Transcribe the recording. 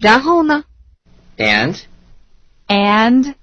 然后呢 And and